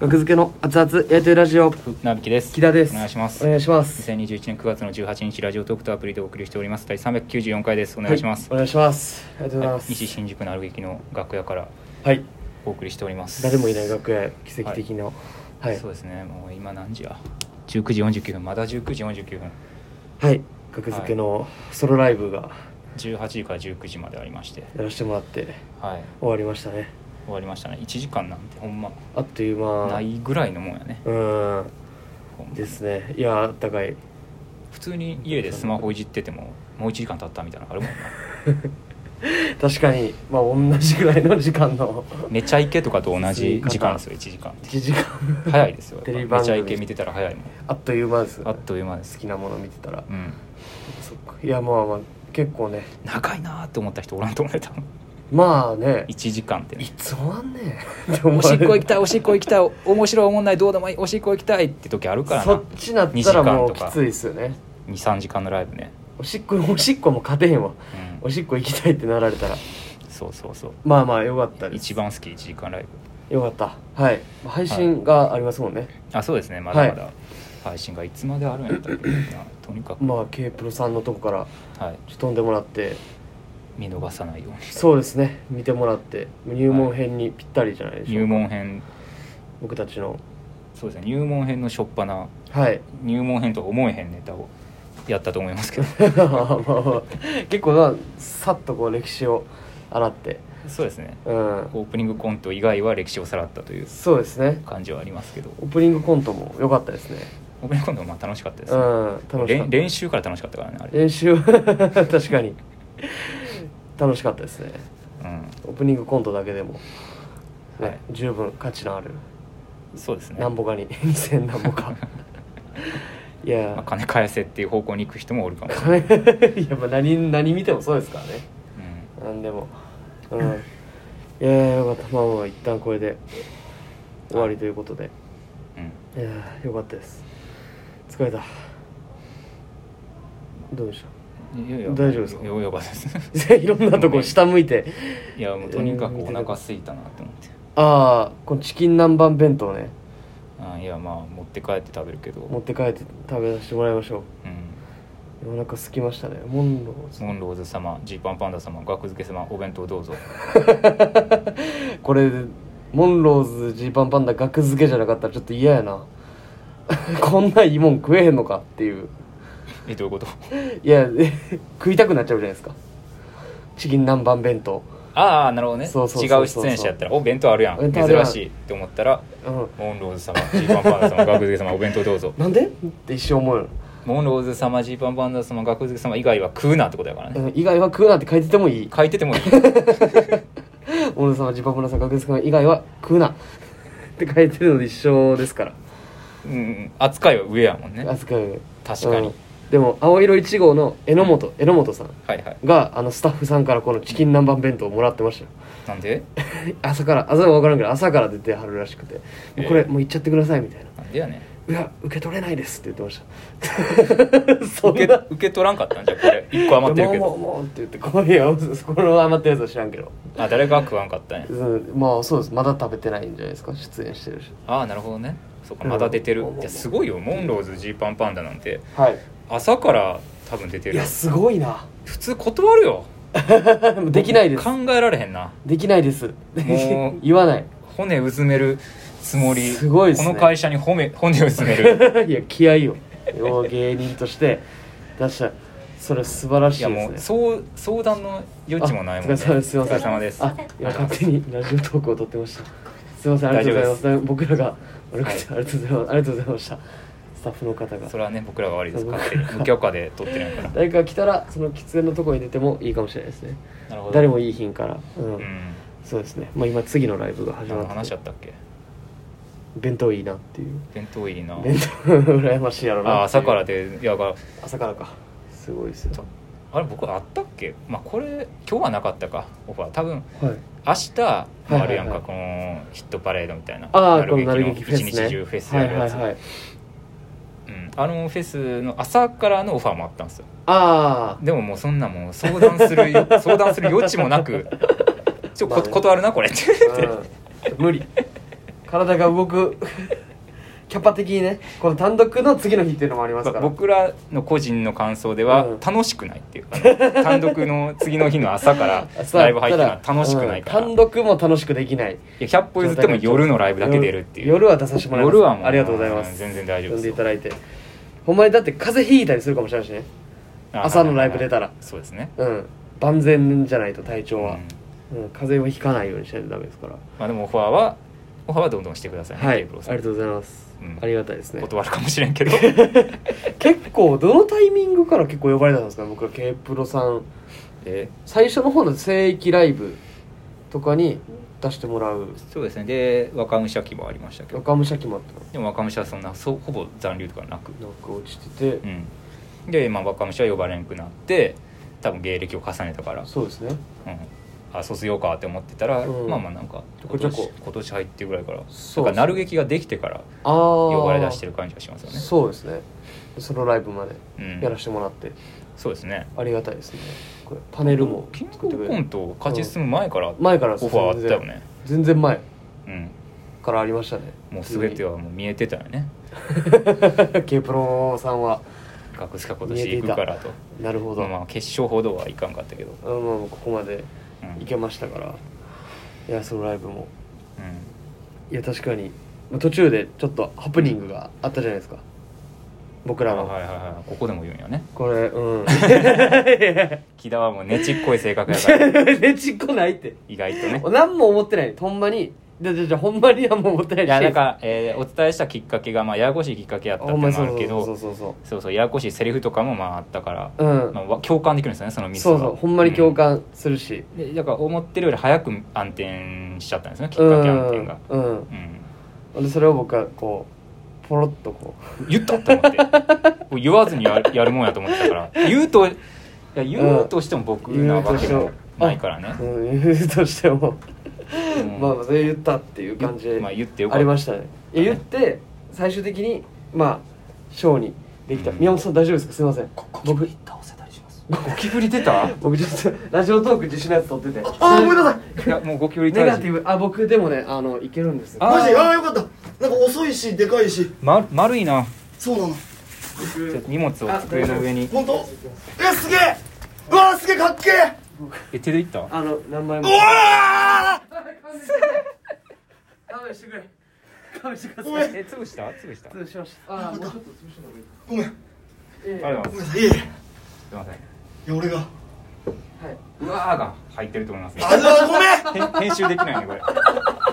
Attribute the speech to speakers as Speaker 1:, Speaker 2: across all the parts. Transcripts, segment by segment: Speaker 1: 学付けの熱々やりとりラジオ
Speaker 2: なびきです
Speaker 1: 木田です
Speaker 2: お願いします
Speaker 1: お願いします
Speaker 2: 2021年9月の18日ラジオトークとアプリでお送りしております第394回ですお願いします、
Speaker 1: はいお願いしますありがとうございま
Speaker 2: はい西
Speaker 1: す
Speaker 2: 新宿のある劇の楽屋から
Speaker 1: はい、
Speaker 2: お送りしております
Speaker 1: 誰もいない楽屋奇跡的なはい、はい
Speaker 2: そうですねもう今何時や19時49分まだ19時49分
Speaker 1: 学付けのソロライブが
Speaker 2: 18時から19時までありまして
Speaker 1: やらせてもらって
Speaker 2: はい
Speaker 1: 終わりましたね
Speaker 2: 終わりましたね1時間なんてほんま
Speaker 1: あっという間
Speaker 2: ないぐらいのもんやね
Speaker 1: うーん
Speaker 2: ほんま
Speaker 1: ですねいやあったかい
Speaker 2: 普通に家でスマホいじっててももう1時間経ったみたいなのあるもんな
Speaker 1: 確かにまあ同じぐらいの時間 の
Speaker 2: めちゃイケとかと同じ 時間ですよ1時間
Speaker 1: 1時間
Speaker 2: 早いですよやっぱ
Speaker 1: テレビ番
Speaker 2: めちゃ
Speaker 1: 組
Speaker 2: イケ見てたら早いもん
Speaker 1: あっという間ですよね
Speaker 2: あっという間です
Speaker 1: 好きなもの見てたら
Speaker 2: うん
Speaker 1: そっかいやまあまあ結構ね
Speaker 2: 長いなーって思った人おらんと思うね多分
Speaker 1: まあね
Speaker 2: 1時間って
Speaker 1: い
Speaker 2: ね
Speaker 1: つ終わんねえって思
Speaker 2: お
Speaker 1: わ
Speaker 2: し
Speaker 1: れ
Speaker 2: っ
Speaker 1: る
Speaker 2: こ行きたいおしっこ行きたい面白いおもんないどうでもいいおしっこ行きたいって時あるから
Speaker 1: そ
Speaker 2: な
Speaker 1: っちなったらもう
Speaker 2: 2時間と
Speaker 1: き
Speaker 2: か
Speaker 1: ついですよね
Speaker 2: 23時間のライブね
Speaker 1: おしっこ おしっこも勝てへんわ
Speaker 2: う
Speaker 1: おしっこ行きたいってなられたら
Speaker 2: んそうそうそう
Speaker 1: まあまあよかったです
Speaker 2: 一番好き1時間ライブ
Speaker 1: よかったはいまあ配信がありますもんね、
Speaker 2: あそうですねまだまだ配信がいつまであるんやったっけなとにかく
Speaker 1: まあ K プロさんのとこから
Speaker 2: はい
Speaker 1: ちょっと飛んでもらって
Speaker 2: 見逃さないように
Speaker 1: そうですね見てもらって入門編にぴったりじゃないでしょうか、
Speaker 2: 入門編
Speaker 1: 僕たちの
Speaker 2: そうですね入門編の初っ端な
Speaker 1: はい
Speaker 2: 入門編とは思えへんネタをやったと思いますけ ど
Speaker 1: まあまあ結構なさっとこう歴史を洗って
Speaker 2: そうですね
Speaker 1: うん
Speaker 2: オープニングコント以外は歴史をさらったという
Speaker 1: そうですね
Speaker 2: 感じはありますけど
Speaker 1: オープニングコントも良かったですね
Speaker 2: オープニングコントもまあ楽しかったです
Speaker 1: う
Speaker 2: ね、
Speaker 1: ん楽しか
Speaker 2: 練
Speaker 1: った
Speaker 2: 練習から楽しかったからねあれ、
Speaker 1: 練習 確かに楽しかったですねオープニングコントだけでも、ね
Speaker 2: はい
Speaker 1: 十分価値のある
Speaker 2: うん、そうですね、
Speaker 1: なんぼかに 2000なんぼかい
Speaker 2: まあ、
Speaker 1: や
Speaker 2: 金返せっていう方向に行く人もお るかもしれない、
Speaker 1: 金いやまあ何何見てもそうですからね何でも うんいやよかったまあまあ一旦これで終わりということで、
Speaker 2: うんうん、
Speaker 1: いやーよかったです疲れたどうでし
Speaker 2: いやいや
Speaker 1: 大丈夫ですか
Speaker 2: よよかったです
Speaker 1: た いろんなとこ下向いて
Speaker 2: いやもうとにかくお腹空いたなって思って、
Speaker 1: ああこのチキン南蛮弁当ね
Speaker 2: うん、いやまあ持って帰って食べるけど、
Speaker 1: 持って帰って食べさせてもらいましょ
Speaker 2: うん、
Speaker 1: うお腹空きましたねモンローズ
Speaker 2: モンローズ様ジーパンパンダ様学付け様お弁当どうぞ
Speaker 1: これモンローズジーパンパンダ額付けじゃなかったらちょっと嫌やな こんないいもん食えへんのかっていう
Speaker 2: えどういうこと
Speaker 1: いや え食いたくなっちゃうじゃないですかチキン南蛮弁当
Speaker 2: ああなるほどね
Speaker 1: そうそうそうそう
Speaker 2: 違う出演者やったらお弁当あるやん
Speaker 1: 弁当あるやん
Speaker 2: 珍しいって思ったら
Speaker 1: うん
Speaker 2: モンローズ様ジーパンパンダ様学付け様お弁当どうぞ
Speaker 1: なんでって一生思うよ
Speaker 2: モンローズ様ジーパンパンダ様学付け様以外は食うなってことやからね、
Speaker 1: うん以外は食うなって書いててもいい
Speaker 2: 書いててもいい
Speaker 1: 小野様ジパプラさん学術館以外は食うな って書いてるので一緒ですから
Speaker 2: うんうん扱いは上やもんね
Speaker 1: 扱う
Speaker 2: 確かに
Speaker 1: うんでも青色1号の榎本榎本さん
Speaker 2: はいはい
Speaker 1: があのスタッフさんからこのチキン南蛮弁当をもらってましたよ
Speaker 2: なんで
Speaker 1: 朝から朝は分からんけど朝から出てはるらしくて「もうこ
Speaker 2: え
Speaker 1: れ
Speaker 2: え
Speaker 1: もう行っちゃってください」みたいな
Speaker 2: なんでやね
Speaker 1: 「
Speaker 2: ん
Speaker 1: いや受け取れないです」って言ってました そん
Speaker 2: 受
Speaker 1: な
Speaker 2: け受け取らんかったんじゃんこれ1個余ってるけ
Speaker 1: もうも
Speaker 2: ど
Speaker 1: うもうって言ってこういうこの余ったやつは知らんけど
Speaker 2: あ誰が食わんかったんや
Speaker 1: うんまあそうですまだ食べてないんじゃないですか出演してるし
Speaker 2: ああなるほどねそうか
Speaker 1: うん
Speaker 2: まだ出てる
Speaker 1: もうもう
Speaker 2: いやすごいよモンローズジーパンパンダなんて
Speaker 1: はい
Speaker 2: 朝から多分出て
Speaker 1: い
Speaker 2: る
Speaker 1: やすごいな
Speaker 2: 普通断るよ
Speaker 1: できないです
Speaker 2: 考えられへんな
Speaker 1: できないです
Speaker 2: もう
Speaker 1: 言わない
Speaker 2: 骨うずめるつもり
Speaker 1: すごいっすね
Speaker 2: この会社に褒め骨うずめる
Speaker 1: いや気合いよよう芸人として出したそれ素晴らし
Speaker 2: い
Speaker 1: い
Speaker 2: や
Speaker 1: で
Speaker 2: もう
Speaker 1: すね
Speaker 2: そう相談の余地もないもんね
Speaker 1: あお疲れ様ですすいません
Speaker 2: お疲れ様です
Speaker 1: あ今勝手にラジオトークを撮ってましたすいませんありがとうございます僕らが悪くてありがとうございますありがとうございましたスタッフの方が
Speaker 2: それはね僕らが悪いです
Speaker 1: そう
Speaker 2: 勝手に無許可で撮ってないから
Speaker 1: 誰か来たらその喫煙のとこに出てもいいかもしれないですね
Speaker 2: なるほ ど
Speaker 1: 誰もいい品からうん、
Speaker 2: うん
Speaker 1: そうですねまあ今次のライブが始
Speaker 2: 何
Speaker 1: ま
Speaker 2: の
Speaker 1: っ
Speaker 2: 話
Speaker 1: て
Speaker 2: やったっけ
Speaker 1: 弁当いいなっていう
Speaker 2: 弁当いいな
Speaker 1: 弁当 羨ましいやろなっていう
Speaker 2: あ朝からでいやが
Speaker 1: 朝からかすごいですよ
Speaker 2: あれ僕あったっけまあこれ今日はなかったかオファー多分
Speaker 1: はい
Speaker 2: 明日
Speaker 1: いはい
Speaker 2: もあるやんか、このヒットパレードみたいな
Speaker 1: ああ
Speaker 2: 鳴
Speaker 1: この
Speaker 2: 劇
Speaker 1: なる劇フェスね
Speaker 2: 一日中フェス
Speaker 1: は
Speaker 2: や
Speaker 1: い
Speaker 2: る
Speaker 1: は
Speaker 2: や
Speaker 1: い
Speaker 2: つ、
Speaker 1: はい
Speaker 2: うん、あのフェスの朝からのオファーもあったんですよ
Speaker 1: あ
Speaker 2: でももうそんなもう相談す るよ相談する余地もなくちょっ
Speaker 1: ま
Speaker 2: と、
Speaker 1: あね
Speaker 2: 断るなこれって
Speaker 1: あ、うん、無理体が動くキャパ的にねこの単独の次の日っていうのもありますから
Speaker 2: 僕らの個人の感想では、
Speaker 1: うん
Speaker 2: 楽しくないっていうか単独の次の日の朝 からライブ入ったら楽しくないから、
Speaker 1: うん単
Speaker 2: い
Speaker 1: 独も楽しくできない
Speaker 2: や100歩譲っても夜のライブだけ出るっていう
Speaker 1: 夜夜は出させてもらいます
Speaker 2: 夜はもう
Speaker 1: ありがとうございます
Speaker 2: 全然大丈
Speaker 1: 呼
Speaker 2: 夫で
Speaker 1: ん
Speaker 2: す
Speaker 1: でいただいてほんまにだって風邪ひいたりするかもしれないしね
Speaker 2: あ
Speaker 1: 朝のライブ出たら
Speaker 2: はいはいはいそうですね、
Speaker 1: うん万全じゃないと体調
Speaker 2: う
Speaker 1: は
Speaker 2: ん、
Speaker 1: うん風邪をひかないようにしないとダメですから
Speaker 2: まあ、でもオファーはオファーはどんどんしてくださいね、
Speaker 1: はいあ
Speaker 2: ケイ
Speaker 1: り
Speaker 2: ブロ
Speaker 1: が
Speaker 2: さん
Speaker 1: とうございます
Speaker 2: うん
Speaker 1: ありがたいですね
Speaker 2: 断るかもしれんけど
Speaker 1: 結構どのタイミングから結構呼ばれたんですか僕は K プロさん
Speaker 2: え
Speaker 1: 最初の方の聖域ライブとかに出してもらう
Speaker 2: そうですねで若武者期もありましたけど
Speaker 1: 若武者決まった
Speaker 2: でも若武者はそんなそうほぼ残留とかなく、
Speaker 1: なんか落ちてて、
Speaker 2: うん、で、まあ、若武者は呼ばれなくなって多分芸歴を重ねたから、
Speaker 1: そうですね
Speaker 2: うん、あ卒業かって思ってたら、
Speaker 1: うん
Speaker 2: まあまあなんか
Speaker 1: ちょこ
Speaker 2: 今
Speaker 1: ちょこ
Speaker 2: 年今年入ってぐらいから
Speaker 1: そう
Speaker 2: だからなる劇ができてから
Speaker 1: ああ呼
Speaker 2: 呼ばれ出してる感じがしますよね
Speaker 1: そうですねそのライブまで
Speaker 2: うん
Speaker 1: やらせてもらって、
Speaker 2: そうですね
Speaker 1: ありがたいですねこれパネルも
Speaker 2: キン
Speaker 1: 作って
Speaker 2: グ
Speaker 1: くれ
Speaker 2: オブコン
Speaker 1: る
Speaker 2: ト勝ち進む前からオファ
Speaker 1: 前からです
Speaker 2: ーあったよね
Speaker 1: 全然前
Speaker 2: うん
Speaker 1: からありましたね
Speaker 2: もう 全てはもう見えてたよね
Speaker 1: K プロさんは
Speaker 2: 学生か今年行くからと
Speaker 1: なるほど、
Speaker 2: まあまあ決勝ほどはいかんかったけど、
Speaker 1: あのまあここまで
Speaker 2: うん
Speaker 1: 行けましたからいやそのライブも
Speaker 2: うん
Speaker 1: いや確かにまあ途中でちょっとハプニングがあったじゃないですか僕ら
Speaker 2: あ
Speaker 1: の、
Speaker 2: はいはいはいここでも言うんやね
Speaker 1: これ うん
Speaker 2: 木田はもうねちっこい性格やから
Speaker 1: ねちっこないって
Speaker 2: 意外とね
Speaker 1: 何も思ってないほんまにじゃじゃじゃほんまに何も思ってない
Speaker 2: いやなんか、えーお伝えしたきっかけが、まあ、ややこしいきっかけやったって
Speaker 1: ほ
Speaker 2: の
Speaker 1: んまに
Speaker 2: も
Speaker 1: そ
Speaker 2: あ
Speaker 1: うそう
Speaker 2: るけど
Speaker 1: そうそうそう
Speaker 2: そうそうややこしいセリフとかもまああったから、
Speaker 1: うん、
Speaker 2: まあわ、共感できるんですよねそのミス
Speaker 1: そ
Speaker 2: は
Speaker 1: うそうほんまに共、感するし、
Speaker 2: うんでだから思ってるより早く暗転しちゃったんですねきっ
Speaker 1: うん、
Speaker 2: かけ暗転が、
Speaker 1: うん
Speaker 2: うん
Speaker 1: でそれを僕はこうポロッとこ
Speaker 2: 言ったと思ってこれ言わずにやるやるもんやと思ってたから言うといや言うとしても僕なわけもないからね
Speaker 1: う、、うん、言うとしても、
Speaker 2: うん
Speaker 1: まあまあそれ言ったっていう感じで
Speaker 2: まあ、言ってよか
Speaker 1: あ
Speaker 2: っ
Speaker 1: り
Speaker 2: た
Speaker 1: ましたねいや言って最終的にまあショーにできた、
Speaker 2: うん
Speaker 1: 宮本さん大丈夫ですかすいません僕
Speaker 2: 倒せたりしますゴキブリ出た
Speaker 1: 僕ちょっとラジオトーク自信のやつ撮っててあごめんなさい
Speaker 2: いやもうゴキブ リ
Speaker 1: ネ
Speaker 2: 退
Speaker 1: ガティ
Speaker 2: 治
Speaker 1: ブあ僕でもねあのいけるんですよ
Speaker 2: あー
Speaker 3: マジああよかったなんか遅いしでかいし
Speaker 2: ま丸いな
Speaker 3: そうなの
Speaker 2: ちょっと荷物を机の上に
Speaker 3: 本当えすげえうわーすげえかっけえ
Speaker 2: え手でいった
Speaker 1: あの何枚も
Speaker 3: うわー
Speaker 1: 勘弁してくれ勘弁してくだ
Speaker 3: ごめん
Speaker 2: え潰した潰したあ
Speaker 1: 失礼しましたあーもうちょっと潰した方がいい
Speaker 3: ごめん
Speaker 2: りがとうござい
Speaker 3: ご
Speaker 2: ま
Speaker 3: めん
Speaker 2: す
Speaker 3: なさいい
Speaker 2: すい
Speaker 3: えいえい
Speaker 2: ません
Speaker 3: や俺が
Speaker 1: はい、
Speaker 2: うわーが入ってると思います
Speaker 3: あうわごめん
Speaker 2: へん編集できないねこれ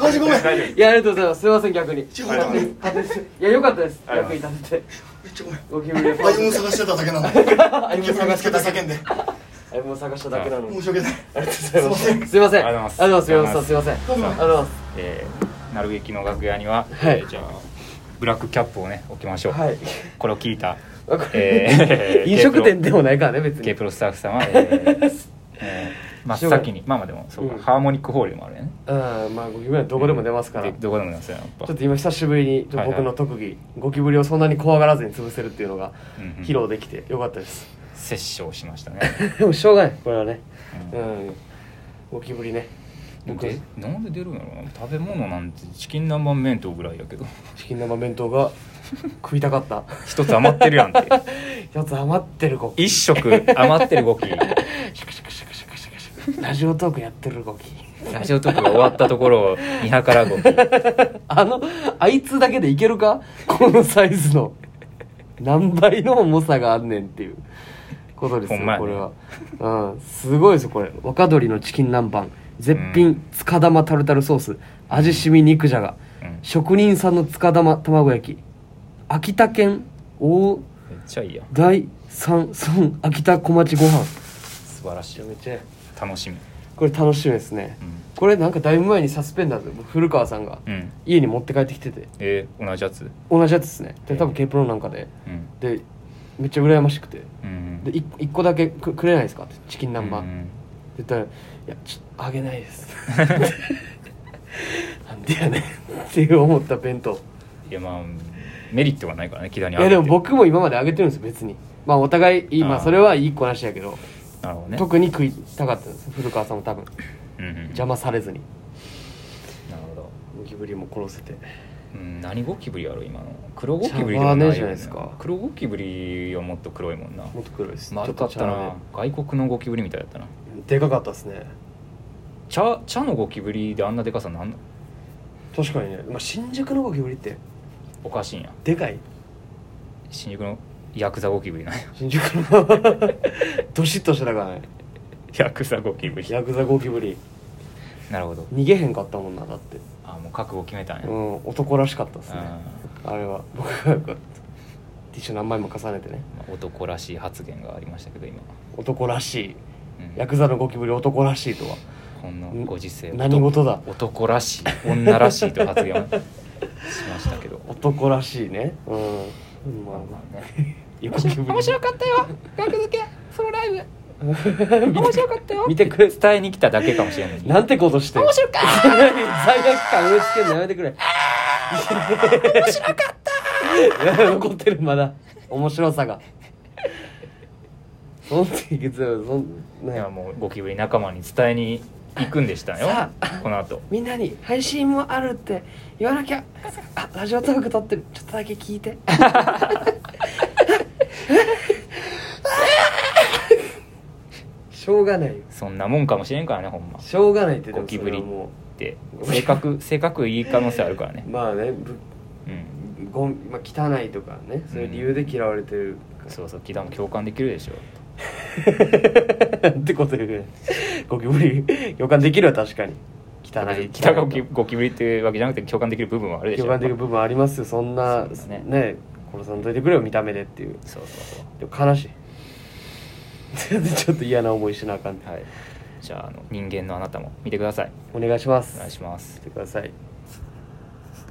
Speaker 3: マジごめん
Speaker 2: 大丈夫です
Speaker 1: いやありがとうございますすいません逆に
Speaker 3: ちょごめんめっ
Speaker 1: いや良かったです
Speaker 2: ありが
Speaker 1: 役
Speaker 2: と
Speaker 1: に
Speaker 2: うござ
Speaker 1: 立てて
Speaker 3: ちゃごめん
Speaker 1: ゴキブリを
Speaker 3: 歩を探してただけな の
Speaker 1: あ歩
Speaker 3: 気
Speaker 1: 夢
Speaker 3: 分見
Speaker 1: 探
Speaker 3: つ
Speaker 1: し
Speaker 3: け
Speaker 1: た
Speaker 3: て
Speaker 1: だけ
Speaker 3: 叫んで
Speaker 1: 歩夢探しただけなのに
Speaker 3: 申し訳ない
Speaker 1: ありがとうございますすいません
Speaker 2: ありがとうございます
Speaker 1: ありがとうございますすいません
Speaker 3: どうも
Speaker 1: ありがとうございます
Speaker 2: えー、なるべきの楽屋には、
Speaker 1: はい
Speaker 2: えーじゃあブラックキャップをね置きましょう、
Speaker 1: はい
Speaker 2: これを聞いた、
Speaker 1: あ こ
Speaker 2: え
Speaker 1: れ
Speaker 2: ー
Speaker 1: 飲食店でもないからね別
Speaker 2: K
Speaker 1: に
Speaker 2: プロスタッフさんは、え ーえー真っ先にまあまあでもそうか、
Speaker 1: うん
Speaker 2: ハーモニックホールでもあるよね
Speaker 1: うんまあゴキブリはどこでも出ますから
Speaker 2: で
Speaker 1: ち
Speaker 2: どこでも出ますよやっぱ
Speaker 1: ょっと今久しぶりにちょっと僕の特技ゴキブリをそんなに怖がらずに潰せるっていうのが
Speaker 2: うんうん
Speaker 1: 披露できてよかったです
Speaker 2: 殺生しましたね、
Speaker 1: でもしょうがないこれはね
Speaker 2: う
Speaker 1: うんんゴキブリね僕
Speaker 2: でなんで出るんやろな食べ物なんてチキン南蛮弁当ぐらいやけど
Speaker 1: チキン生弁当 が食いたかった
Speaker 2: 一つ余ってるやんって
Speaker 1: やつ余ってるゴキ
Speaker 2: 一食余ってる動き
Speaker 1: シャカシャカシャカシャカシャカシャカラジオトークやってるゴキ
Speaker 2: ラジオトークが終わったところを見計らう動き
Speaker 1: あのあいつだけでいけるかこのサイズの何倍の重さがあんねんっていうことですよ、
Speaker 2: ほんまやね
Speaker 1: これは、うん、すごいですよこれ若鶏のチキン南蛮絶
Speaker 2: う
Speaker 1: 品塚玉タルタルソース味しみ肉じゃが
Speaker 2: うん
Speaker 1: 職人さんの塚玉卵焼き秋田県大
Speaker 2: めっちゃいいやん
Speaker 1: 大三村秋田小町ご飯
Speaker 2: 素晴らしい
Speaker 1: めちゃ
Speaker 2: 楽しみ
Speaker 1: これ楽しみですねこれなんかだいぶ前にサスペンダーズ古川さんが
Speaker 2: うん、うん、
Speaker 1: 家に持って帰ってきてて
Speaker 2: えー同じやつ
Speaker 1: 同じやつですねで多分 K プロなんかで
Speaker 2: うん
Speaker 1: でめっちゃ羨ましくて
Speaker 2: うん
Speaker 1: で 1, 個だけくくれないですかってチキン南
Speaker 2: う
Speaker 1: 蛮
Speaker 2: ん
Speaker 1: って言ったら「いやちょっとあげないです」 なんでやねんっていう思った弁当
Speaker 2: いやまあうんメリットがないからね木田に
Speaker 1: いやでも僕も今まであげてるんですよ別にまあお互いいいま
Speaker 2: あ
Speaker 1: あ
Speaker 2: ー
Speaker 1: それはいい子なしやけど、
Speaker 2: なるほどね
Speaker 1: 特に食いたかったんです古川さんも多分
Speaker 2: うんうん、
Speaker 1: 邪魔されずに
Speaker 2: なるほど
Speaker 1: うゴキブリも殺せて
Speaker 2: うん、何ゴキブリやろ今の黒ゴキブリでも
Speaker 1: 茶
Speaker 2: な
Speaker 1: 羽
Speaker 2: い
Speaker 1: じゃ
Speaker 2: よ
Speaker 1: ないで
Speaker 2: ね
Speaker 1: すか
Speaker 2: 黒ゴキブリはもっと黒いもんな
Speaker 1: もっと黒いです
Speaker 2: 丸かっ
Speaker 1: ちょ
Speaker 2: た
Speaker 1: と
Speaker 2: な外国のゴキブリみたいだったな
Speaker 1: 茶ででかかったですね
Speaker 2: 茶茶のゴキブリであんなでかさなん
Speaker 1: 確かにね、まあ、新宿のゴキブリって
Speaker 2: おかしいんや
Speaker 1: でかい
Speaker 2: 新宿のヤクザゴキブリなんや
Speaker 1: 新宿の どしっとしてたからね
Speaker 2: ヤクザゴキブリ
Speaker 1: ヤクザゴキブリ
Speaker 2: なるほど
Speaker 1: 逃げへんかったもんなだって
Speaker 2: あもう覚悟決めたんや、
Speaker 1: う
Speaker 2: うん
Speaker 1: ん男らしかったですね
Speaker 2: ま
Speaker 1: あれは僕がこうティッシュ何枚も重ねてね
Speaker 2: あ男らしい発言がありましたけど今、
Speaker 1: 男らしい
Speaker 2: うん
Speaker 1: ヤクザのゴキブリ男らしいとは
Speaker 2: このご時世
Speaker 1: ん何事だ
Speaker 2: 男男らしい女らしいと発言をしましたけど
Speaker 1: 男らしいねうんまあまあゴキブリ
Speaker 2: かったよ学付けソロライ ブ
Speaker 1: 面白
Speaker 2: かったよ見てくれ伝えに来ただけかもしれない
Speaker 1: なんてことして面白か罪悪感植え付けるのやめてくれ面白かった残ってるまだ面白さがそんていけずそん
Speaker 2: いや
Speaker 1: ね
Speaker 2: もうゴキブリ仲間に伝えに行くんでしたよ
Speaker 1: さ
Speaker 2: この後
Speaker 1: みんなに配信もあるって言わなきゃあラジオトーク撮ってるちょっとだけ聞いてしょうがないよ
Speaker 2: そんなもんかもしれんからねほんまっ
Speaker 1: しょうがないって
Speaker 2: ゴキブリ
Speaker 1: でも
Speaker 2: て性格性格いい可能性あるから
Speaker 1: それはも
Speaker 2: ね
Speaker 1: うまあねぶ
Speaker 2: うん
Speaker 1: ごん、まあ、汚いとかねそういう理由で嫌われてる、
Speaker 2: そうそう木田も共感できるでしょ
Speaker 1: なんてこと言うねゴキブリ予感できるは確かに 汚い
Speaker 2: 木田がゴキゴキブリっていうわけじゃなくて共感できる部分はあるでしょ
Speaker 1: 予感できる部分ありますよそんな
Speaker 2: そうです
Speaker 1: ね
Speaker 2: ね
Speaker 1: 殺さんといてくれよ見た目でっていう
Speaker 2: そうそう
Speaker 1: でも悲しい ちょっと嫌な思いしなあかん、
Speaker 2: そうはいじゃああの人間のあなたも見てください
Speaker 1: お願いします
Speaker 2: お願いします
Speaker 1: してください